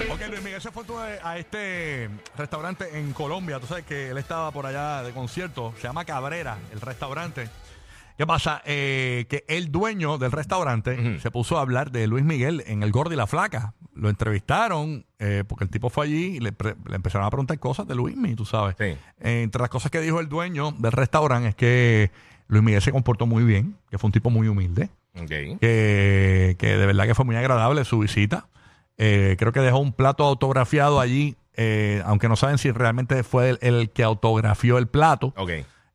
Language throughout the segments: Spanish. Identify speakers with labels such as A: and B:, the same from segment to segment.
A: Ok, Luis Miguel se fue tú a este restaurante en Colombia. Tú sabes que él estaba por allá de concierto. Se llama Cabrera, el restaurante. ¿Qué pasa? Eh, que el dueño del restaurante se puso a hablar de Luis Miguel en El Gordo y la Flaca. Lo entrevistaron eh, porque el tipo fue allí y le, pre- le empezaron a preguntar cosas de Luis Miguel, tú sabes.
B: Sí.
A: Eh, entre las cosas que dijo el dueño del restaurante es que Luis Miguel se comportó muy bien, que fue un tipo muy humilde
B: Ok.
A: que, que de verdad que fue muy agradable su visita. Eh, creo que dejó un plato autografiado allí, eh, aunque no saben si realmente fue el, el que autografió el plato,
B: Ok.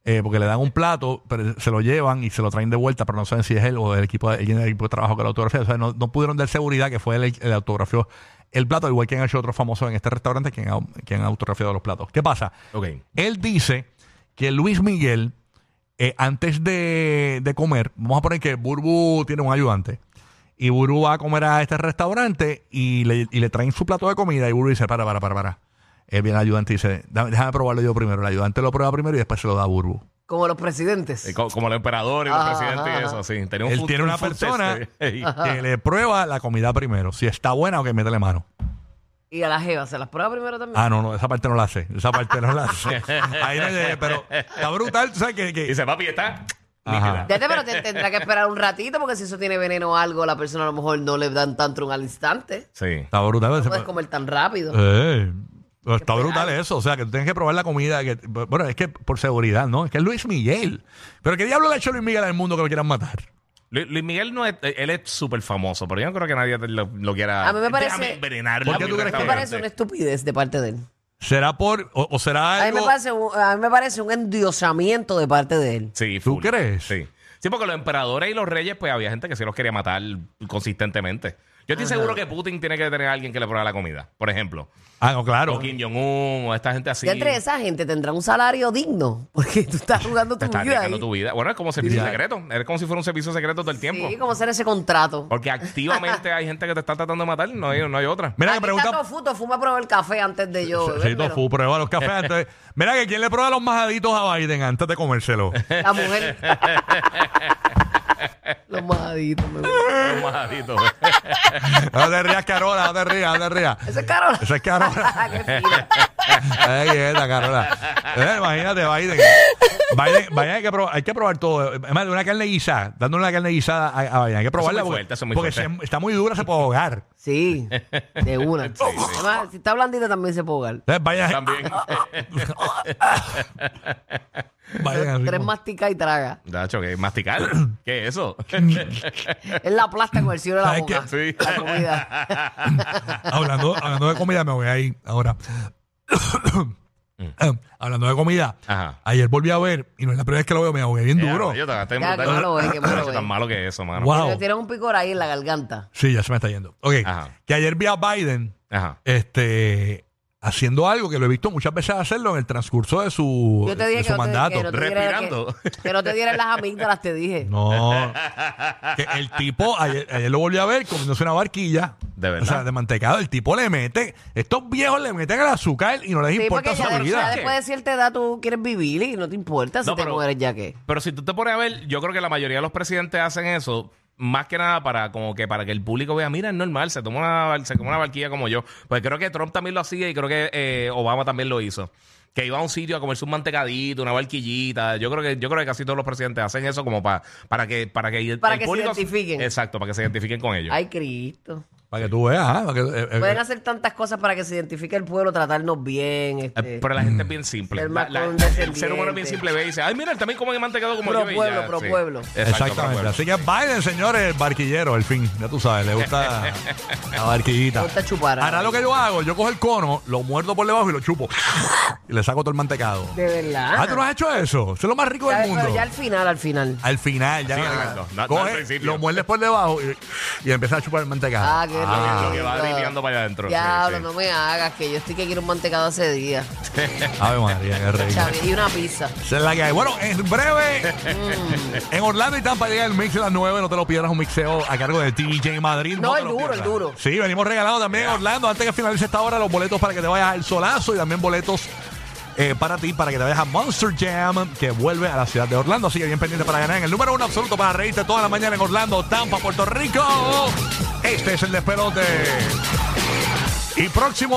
A: eh, porque le dan un plato, pero se lo llevan y se lo traen de vuelta, pero no saben si es él o del equipo de, alguien del equipo de trabajo que lo autografió. O sea, no, no pudieron dar seguridad que fue él el que autografió el plato, igual que han hecho otros famosos en este restaurante que han, au- que han autografiado los platos. ¿Qué pasa?
B: Ok. Eh,
A: Él dice que Luis Miguel, eh, antes de, de comer, vamos a poner que Burbu tiene un ayudante. Y Burbu va a comer a este restaurante y le, y le traen su plato de comida. Y Burbu dice: Para, para, para, para. Él viene al ayudante y dice: "Dame- Déjame probarlo yo primero. El ayudante lo prueba primero y después se lo da a Burbu.
C: Como los presidentes.
B: Eh, co- Como el emperador y el
C: Ajá,
B: presidente
C: ajá,
B: y eso,
C: ajá.
B: sí. Tenía un
A: Él
B: food-
A: tiene
B: un este,
A: una
B: food
A: persona
B: tester. Ey.
A: que le prueba la comida primero. Si está buena, ok, métele mano.
C: Y a las jevas, ¿se las prueba primero también?
A: Ah, no, no, esa parte no la hace. Esa parte no la hace. Ahí no llegué, pero está brutal. ¿Tú sabes que- que-
B: Dice, papi, está.
A: Ajá.
C: Ya te, pero te- tendrá que esperar un ratito porque si eso tiene veneno o algo, la persona a lo mejor no le dan tantrum al instante.
B: Sí.
A: Está brutal.
C: No puedes comer tan rápido.
A: Eh, está brutal eso. O sea, que tú tienes que probar la comida. Que, bueno, es que por seguridad, ¿no? Es que es Luis Miguel. Pero ¿qué diablo le ha hecho Luis Miguel al mundo que lo quieran matar?
B: Lu- Luis Miguel no es, él es súper famoso, pero yo no creo que nadie lo, lo quiera.
C: A mí me parece-
B: Déjame envenenarlo.
A: ¿Por qué
B: en
A: tú
B: mi
A: crees que-
C: me parece una
B: restaurante.
C: estupidez de parte de él.
A: ¿Será por... o, o será
C: A mí,
A: algo...
C: me parece un, a mí me parece un endiosamiento de parte de él.
B: Sí,
A: ¿Tú
B: full.
A: crees?
B: Sí. Sí, porque los emperadores y los reyes, pues había gente que sí los quería matar consistentemente. Yo estoy seguro que Putin tiene que tener a alguien que le pruebe la comida, por ejemplo.
A: Ah, no, claro.
B: O Kim Jong-un, o esta gente así.
C: Ya entre esa gente tendrá un salario digno porque tú estás jugando tu
B: Te estás
C: vida
B: arriesgando
C: ahí.
B: tu vida. Bueno, es como servicio
A: Ya.
B: secreto. Es como si fuera un servicio secreto todo el tiempo.
C: Sí, como hacer ese contrato.
B: Porque activamente hay gente que te está tratando de matar, no hay, no hay otra.
A: Mira
C: Aquí
A: que
C: está
A: pregunta...
C: Tofu, Tofu me probó el café antes de yo.
A: Sí,
C: bebérmelo.
A: tofu, prueba los cafés antes. Mira que quién le prueba los majaditos a Biden antes de comérselo.
C: La mujer. Los majaditos. me gusta.
B: Un majadito. pues,
A: No te rías, Carola, no te rías, no te rías.
C: Esa es Carola.
A: Esa es Carola.
C: Qué fina.
A: Ay, esta, Carola. Eh, imagínate, Biden. Biden, Biden hay, que probar, hay que probar todo. Es más, de una carne guisada, dándole una carne guisada a, a Biden. Hay que probarla
B: muy
A: porque,
B: fuerte, eso es muy
A: porque
B: fuerte.
A: se- está muy dura, se puede ahogar.
C: Sí, de una. Además, si está blandita también se puede ahogar.
A: Entonces, Biden,
B: También.
A: Biden así
C: Tres
A: como-
C: mastica y traga.
B: Dacho, que masticar. ¿Qué es eso?
C: Es la plasta con el cielo de la
A: ¿Sabes
C: boca.
B: qué? Sí.
C: La comida.
A: hablando, hablando de comida, me voy ahí ahora. Eh, hablando de comida,
B: Mm. Ajá.
A: ayer volví a ver, y no es la primera vez que lo veo, me ahogué bien duro.
B: Yo te gasté en
C: Ya,
B: brutal.
C: qué malo es, qué malo
B: Dacho,
C: es.
B: tan malo que es eso, mano.
A: wow.
C: Porque tiene un picor ahí en la garganta.
A: Sí, ya se me está yendo. Ok,
B: Ajá.
A: que ayer vi a Biden
B: Ajá.
A: este haciendo algo que lo he visto muchas veces hacerlo en el transcurso de su,
C: Yo te dije que
A: de su
C: no, te,
A: mandato.
C: que no te diera-
B: Respirando.
C: que- que no te dieran las amígdalas, te dije.
A: No. Que el tipo, ayer, ayer lo volví a ver comiéndose una barquilla.
B: De verdad.
A: O sea, de mantecado. El tipo le mete, estos viejos le meten el azúcar y no les
C: Sí,
A: importa
C: porque ya,
A: su
C: de- ya
A: vida.
C: después de cierta edad tú quieres vivir y no te importa si
B: No,
C: te
B: pero-
C: mueres ya que.
B: Pero si tú te pones a ver, yo creo que la mayoría de los presidentes hacen eso. Más que nada para como que para que el público vea, mira, es normal, se toma una, bar- se come una barquilla como yo. Pues creo que Trump también lo hacía y creo que eh, Obama también lo hizo. Que iba a un sitio a comerse un mantecadito, una barquillita. Yo creo que yo creo que casi todos los presidentes hacen eso como para para que para que el-
C: Para
B: el
C: que se
B: público-
C: identifiquen.
B: Exacto, para que se identifiquen con ellos.
C: Ay, Cristo.
A: Para que tú veas. ah, para que- eh, eh,
C: Pueden hacer tantas cosas para que se identifique el pueblo, tratarnos bien.
B: Eh,
C: Este,
B: Pero la gente es bien simple.
C: Ser
B: La-
C: más
B: la- el
C: condescendiente.
B: ser humano es bien simple. Ve y dice, ay, mira, él también come mantecado como
C: Pro
B: yo. y
C: pueblo,
B: ya,
C: pro pueblo.
B: Exacto, pro
A: Exactamente.
B: pueblo.
A: Así que Biden, señores, el barquillero, el fin. Ya tú sabes, le gusta la barquillita.
C: Le gusta chupar.
A: Ahora lo que yo hago, yo cojo el cono, lo muerdo por debajo y lo chupo. Y le saco todo el mantecado.
C: de verdad.
A: Ah, tú no has hecho eso. Eso es lo más rico
C: Ya,
A: del
C: pero
A: mundo.
C: ya al final, al final.
A: Al final, ya
B: Sí,
A: no-
B: exacto. No- no al
A: coge,
B: principio.
A: lo muerdes por debajo y, y empieza a chupar el mantecado.
C: Ah, qué
B: es lo que- lo que va
C: Diablo.
B: limpiando para allá adentro.
C: Diablo,
B: Sí, sí.
C: no me hagas, que yo estoy que quiero un mantecado ese día.
A: Ave María, qué rico.
C: Chavi, y una pizza.
A: Esa es la que hay. Bueno, en breve,
C: Mm.
A: en Orlando y Tampa llega el mix de las 9. No te lo pierdas, un mixeo a cargo de DJ Madrid.
C: No,
A: te
C: el
A: lo
C: duro,
A: pierdas.
C: el duro.
A: Sí, venimos regalados también en Orlando. Antes que finalice esta hora, los boletos para que te vayas al solazo y también boletos eh, para ti, para que te vayas a Monster Jam, que vuelve a la ciudad de Orlando. Así que bien pendiente para ganar en el número uno absoluto para reírte toda la mañana en Orlando, Tampa, Puerto Rico. Este es el despelote. Y próximo.